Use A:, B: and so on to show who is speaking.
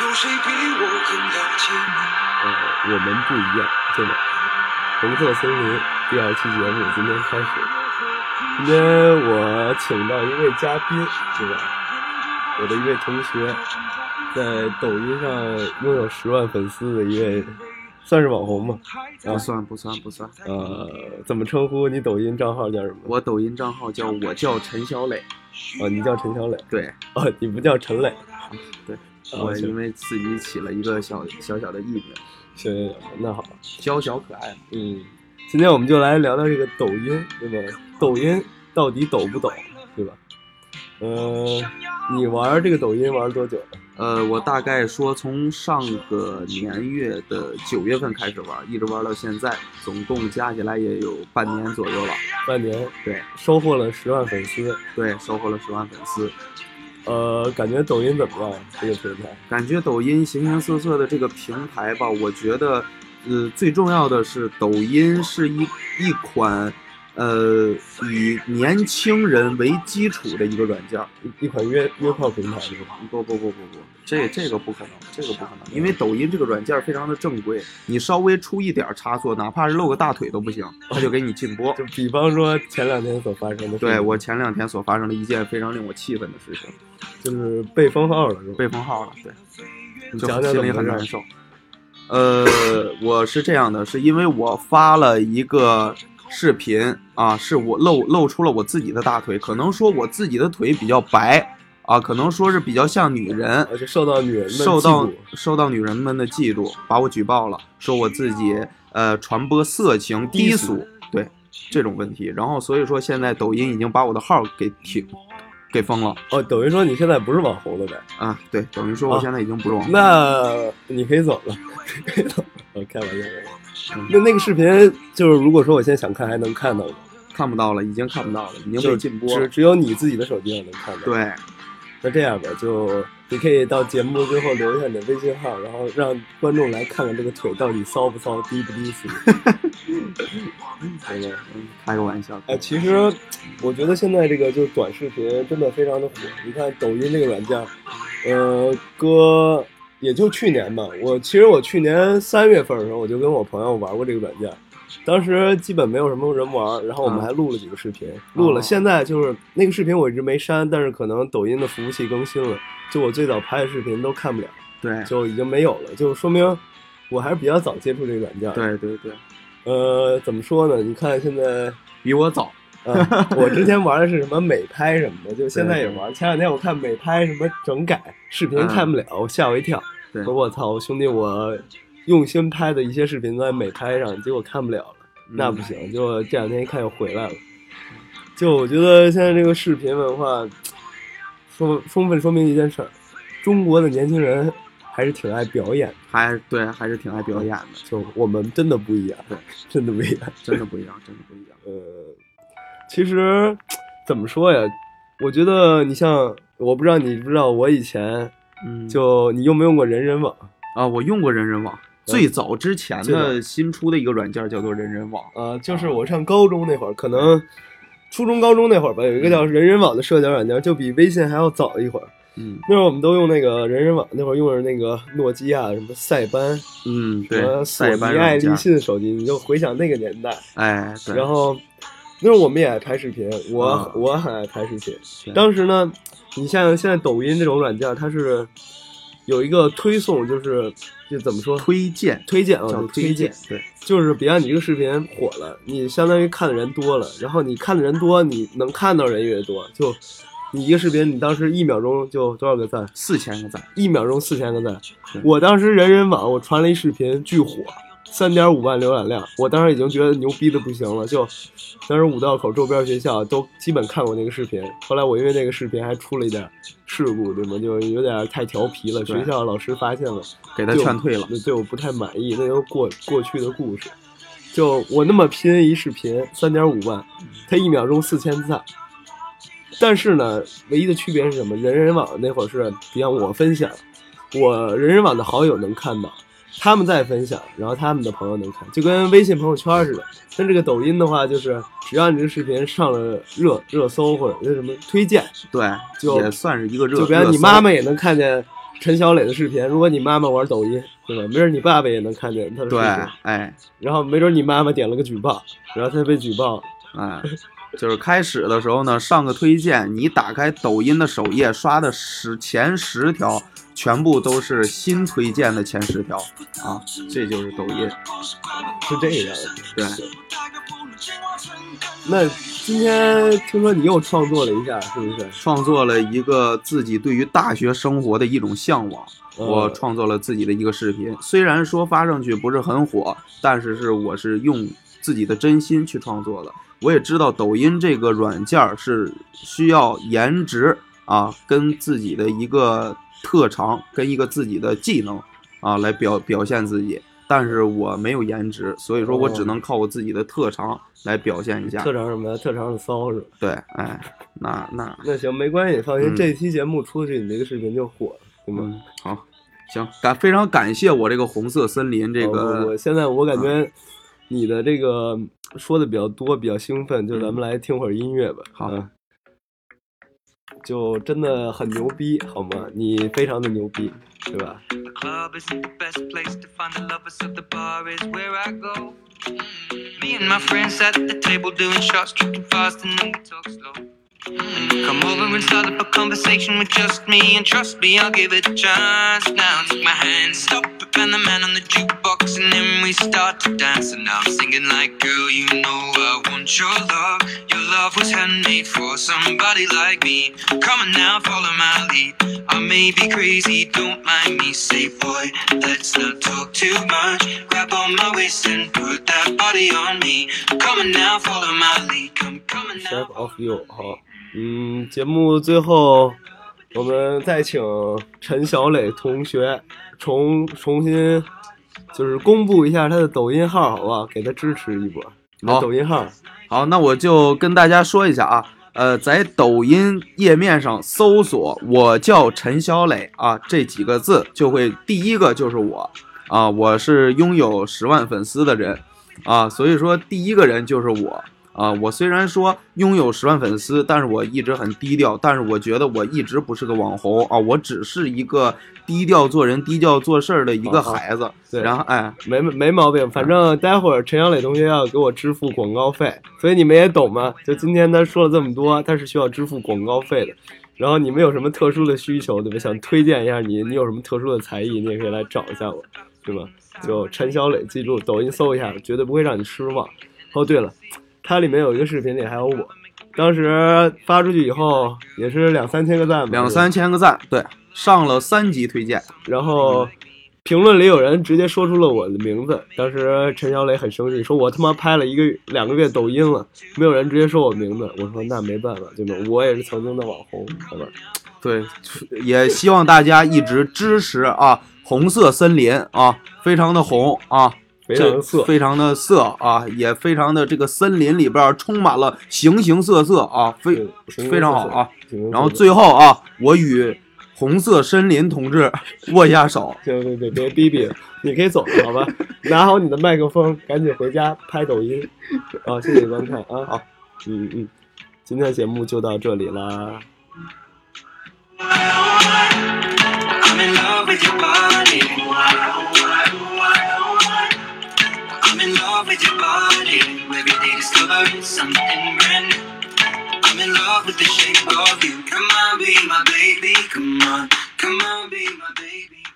A: 有谁比我更了解你？
B: 呃，我们不一样，真的。红色森林第二期节目今天开始，今天我请到一位嘉宾，对吧？我的一位同学，在抖音上拥有十万粉丝的一位，算是网红吗？
A: 啊
C: 不算不算不算，
B: 呃，怎么称呼你抖音账号叫什么？
C: 我抖音账号叫我叫陈小磊，
B: 哦，你叫陈小磊，
C: 对
B: 哦，你不叫陈磊，
C: 对，
B: 啊
C: 我
B: 行
C: 因为自己起了一个小小小的艺名，
B: 行行行，那好，
C: 娇小可爱嘛。
B: 嗯，今天我们就来聊聊这个抖音，对吧？抖音到底抖不抖，对吧？呃，你玩这个抖音玩多久了？
C: 呃，我大概说从上个年月的九月份开始玩，一直玩到现在，总共加起来也有半年左右了。
B: 半年，
C: 对
B: 收获了十万粉丝。
C: 对，收获了十万粉丝，
B: 呃，感觉抖音怎么样？这个平台？
C: 感觉抖音形形色色的这个平台吧，我觉得，呃，最重要的是抖音是一一款，呃，以年轻人为基础的一个软件儿。
B: 一一款约约炮平台是吧？
C: 不不不不不，这这个不可能，这个不可能，因为抖音这个软件儿非常的正规，你稍微出一点儿差错，哪怕是露个大腿都不行，他就给你禁 播
B: 就。比方说前两天所发生的事情，
C: 对我前两天所发生的一件非常令我气愤的事情，
B: 就是被封号了是吧？
C: 被封号了，对，
B: 你
C: 就
B: 讲讲
C: 心
B: 怎
C: 里
B: 么
C: 很
B: 回
C: 难
B: 事？
C: 受。呃，我是这样的，是因为我发了一个视频啊，是我露露出了我自己的大腿，可能说我自己的腿比较白啊，可能说是比较像女人，
B: 而且受到女人的
C: 受到
B: 嫉妒
C: 受到女人们的嫉妒，把我举报了，说我自己呃传播色情、低俗，对这种问题。然后所以说现在抖音已经把我的号给停，给封了
B: 哦，等于说你现在不是网红了呗？
C: 啊，对，等于说我
B: 啊
C: 现在已经不是网红。
B: 那你可以走了， 可以走了。我开玩笑，开玩笑
C: 嗯
B: 那那个视频就是，如果说我现在想看，还能看到吗？
C: 看不到了，已经看不到了，已经
B: 就
C: 被禁播
B: 只
C: 了。
B: 只有你自己的手机上能看到。，
C: 对，
B: 那这样吧，就你可以到节目最后留一下你的微信号，然后让观众来看看这个腿到底骚不骚，低不低俗。对吧？
C: 嗯开个玩笑。
B: 哎，其实我觉得现在这个就是短视频真的非常的火。你看抖音这个软件儿，呃，哥也就去年吧。我其实我去年三月份的时候，我就跟我朋友玩过这个软件儿，当时基本没有什么人玩儿，然后我们
C: 啊
B: 还录了几个视频，录了。
C: 哦
B: 现在就是那个视频我一直没删，但是可能抖音的服务器更新了，就我最早拍的视频都看不了，
C: 对
B: 就已经没有了，就说明我还是比较早接触这个软件儿。
C: 对对对，
B: 呃，怎么说呢？你看现在。
C: 比我早。
B: 啊，我之前玩的是什么美拍什么的，就现在也玩。前两天我看美拍什么整改视频
C: 嗯
B: 看不了，我吓我一跳。
C: 对
B: 说我操，兄弟，我用心拍的一些视频都在美拍上，结果看不了了，
C: 嗯
B: 那不行。就这两天一看又回来了。就我觉得现在这个视频文化，说充分说明一件事儿：中国的年轻人还是挺爱表演的。
C: 还对，还是挺爱表演 的，
B: 就我们真的不一样
C: 对，
B: 真的不一样。
C: 真的不一样，真的 不一样。
B: 呃，其实怎么说呀？我觉得你像，我不知道你知不知道，我以前
C: 嗯，
B: 就你用没用过人人网
C: 啊，我用过人人网，最早之前
B: 嗯最
C: 的
B: 早
C: 新出的一个软件叫做人人网。
B: 啊？就是我上高中那会儿，可能初中、高中那会儿吧，有一个叫人人网的社交软件，就比微信还要早一会儿。
C: 嗯
B: 那会儿我们都用那个人人网，那会儿用的是那个诺基亚什么塞班，
C: 嗯，
B: 什么
C: 对，
B: 索
C: 塞
B: 尼
C: 班
B: 爱
C: 软
B: 立
C: 件，
B: 信手机，你就回想那个年代。
C: 哎，对，
B: 然后那会儿我们也爱拍视频，我、
C: 啊
B: 我很爱拍视频。
C: 对
B: 当时呢，你像现在抖音这种软件，它是有一个推送，就是就怎么说
C: 推荐
B: 推荐啊，
C: 叫
B: 就
C: 推
B: 荐
C: 荐，，对，
B: 就是比方你这个视频火了，你相当于看的人多了，然后你看的人多，你能看到人越多，就你一个视频，你当时一秒钟就多少个赞？
C: 四千个赞，
B: 一秒钟四千个赞
C: 对。
B: 我当时人人网我传了一视频，巨火，三点五万浏览量。我当时已经觉得牛逼的不行了，就当时五道口周边学校都基本看过那个视频。后来我因为那个视频还出了一点事故，对吗？就有点太调皮了，
C: 对
B: 学校老师发现了，
C: 给他
B: 对我
C: 劝退了。
B: 对我不太满意，那都过过去的故事。就我那么拼一视频，三点五万，他一秒钟四千赞。但是呢，唯一的区别是什么？人人网那会儿是，比方我分享，我人人网的好友能看到，他们在分享，然后他们的朋友能看，就跟微信朋友圈似的。但这个抖音的话，就是只要你这个视频上了热热搜或者那什么推荐，
C: 对，
B: 就
C: 也算是一个热，
B: 就比方
C: 热
B: 你
C: 搜
B: 妈妈也能看见陈小磊的视频，如果你妈妈玩抖音，对吧？没准你爸爸也能看见他的视
C: 对
B: 频，，
C: 哎，
B: 然后没准你妈妈点了个举报，然后他被举报了，
C: 嗯，就是开始的时候呢，上个推荐，你打开抖音的首页，刷的十前十条，全部都是新推荐的前十条啊，这就是抖音。
B: 是这样的。
C: 对，
B: 那今天听说你又创作了一下，是不是？嗯
C: 创作了一个自己对于大学生活的一种向往，
B: 嗯
C: 我创作了自己的一个视频，虽然说发上去不是很火，但是是我是用自己的真心去创作的。我也知道抖音这个软件儿是需要颜值啊，跟自己的一个特长，跟一个自己的技能啊来表表现自己。但是我没有颜值，所以说我只能靠我自己的特长来表现一下
B: 特。长什么呀？特长是骚是吧？
C: 对，哎，那那
B: 那行，没关系，放心，
C: 嗯
B: 这期节目出去，你这个视频就火了，对吗？呃
C: 嗯，好，行，感非常感谢我这个红色森林这
B: 呃我
C: 个嗯
B: 我现在我感觉你的这个说的比较多，比较兴奋，就咱们来听会儿音乐吧。
C: 嗯好
B: 嗯就真的很牛逼，好吗？你非常的牛逼，对吧？
A: The club isn't the best place to find the lovers, so the bar is where I go. Me and my friends sat at the table doing shots, drinking fast, and then we talk slow. Come over and start up a conversation with just me, and trust me, I'll give it a chance. Now take my hand, stop it, and the man on the jukebox, and then we start to dance. And I'm singing like, girl, you know I want your love. Your love was handmade for somebody like me. Come on now, follow my lead. I may be crazy, don't mind me. Say, boy, let's not talk too much. Grab on my waist and put that body on me. Come on now, follow my lead. Come, come on now.
B: Shape of You，好，嗯，节目最后我们再请陈小磊同学重重新就是公布一下他的抖音号，好不好？给他支持一波。你的
C: 好
B: 抖音号，
C: 好，那我就跟大家说一下啊，呃，在抖音页面上搜索“我叫陈小磊”啊这几个字，就会第一个就是我啊，我是拥有十万粉丝的人啊，所以说第一个人就是我。啊，我虽然说拥有十万粉丝，但是我一直很低调，但是我觉得我一直不是个网红啊，我只是一个低调做人、低调做事儿的一个
B: 好好
C: 孩子。
B: 对
C: 然后，哎，
B: 没没毛病，反正待会儿陈小磊同学要给我支付广告费，所以你们也懂嘛。就今天他说了这么多，他是需要支付广告费的。然后你们有什么特殊的需求，对吧？想推荐一下你，你有什么特殊的才艺，你也可以来找一下我，对吧？就陈小磊，记住抖音搜一下，绝对不会让你失望。哦，对了，它里面有一个视频里还有我，当时发出去以后也是两三千个赞吧，
C: 两
B: 是吧
C: 三千个赞，对，上了三级推荐。
B: 然后评论里有人直接说出了我的名字，当时陈小磊很生气，说我他妈拍了一个月两个月抖音了，没有人直接说我名字。我说那没办法，对吧？我也是曾经的网红，好吧？
C: 对，也希望大家一直支持啊，红色森林啊，非常的红啊，
B: 非常的
C: 这
B: 色，
C: 非常的色啊，也非常的这个森林里边儿充满了形形色色啊，非
B: 对
C: 非常好啊。。
B: 形容
C: 然后
B: 色色
C: 最后啊，我与红色森林同志 握一下手。
B: 行行行，别逼逼了，你可以走了，好吧？拿好你的麦克风，赶紧回家拍抖音。好、谢谢观看啊！
C: 好，
B: 嗯嗯，今天的节目就到这里啦。
A: I'm in love with your body. I'm in love with your body. Every day discovering something brand new. I'm in love with the shape of you. Come on, be my baby. Come on, come on, be my baby.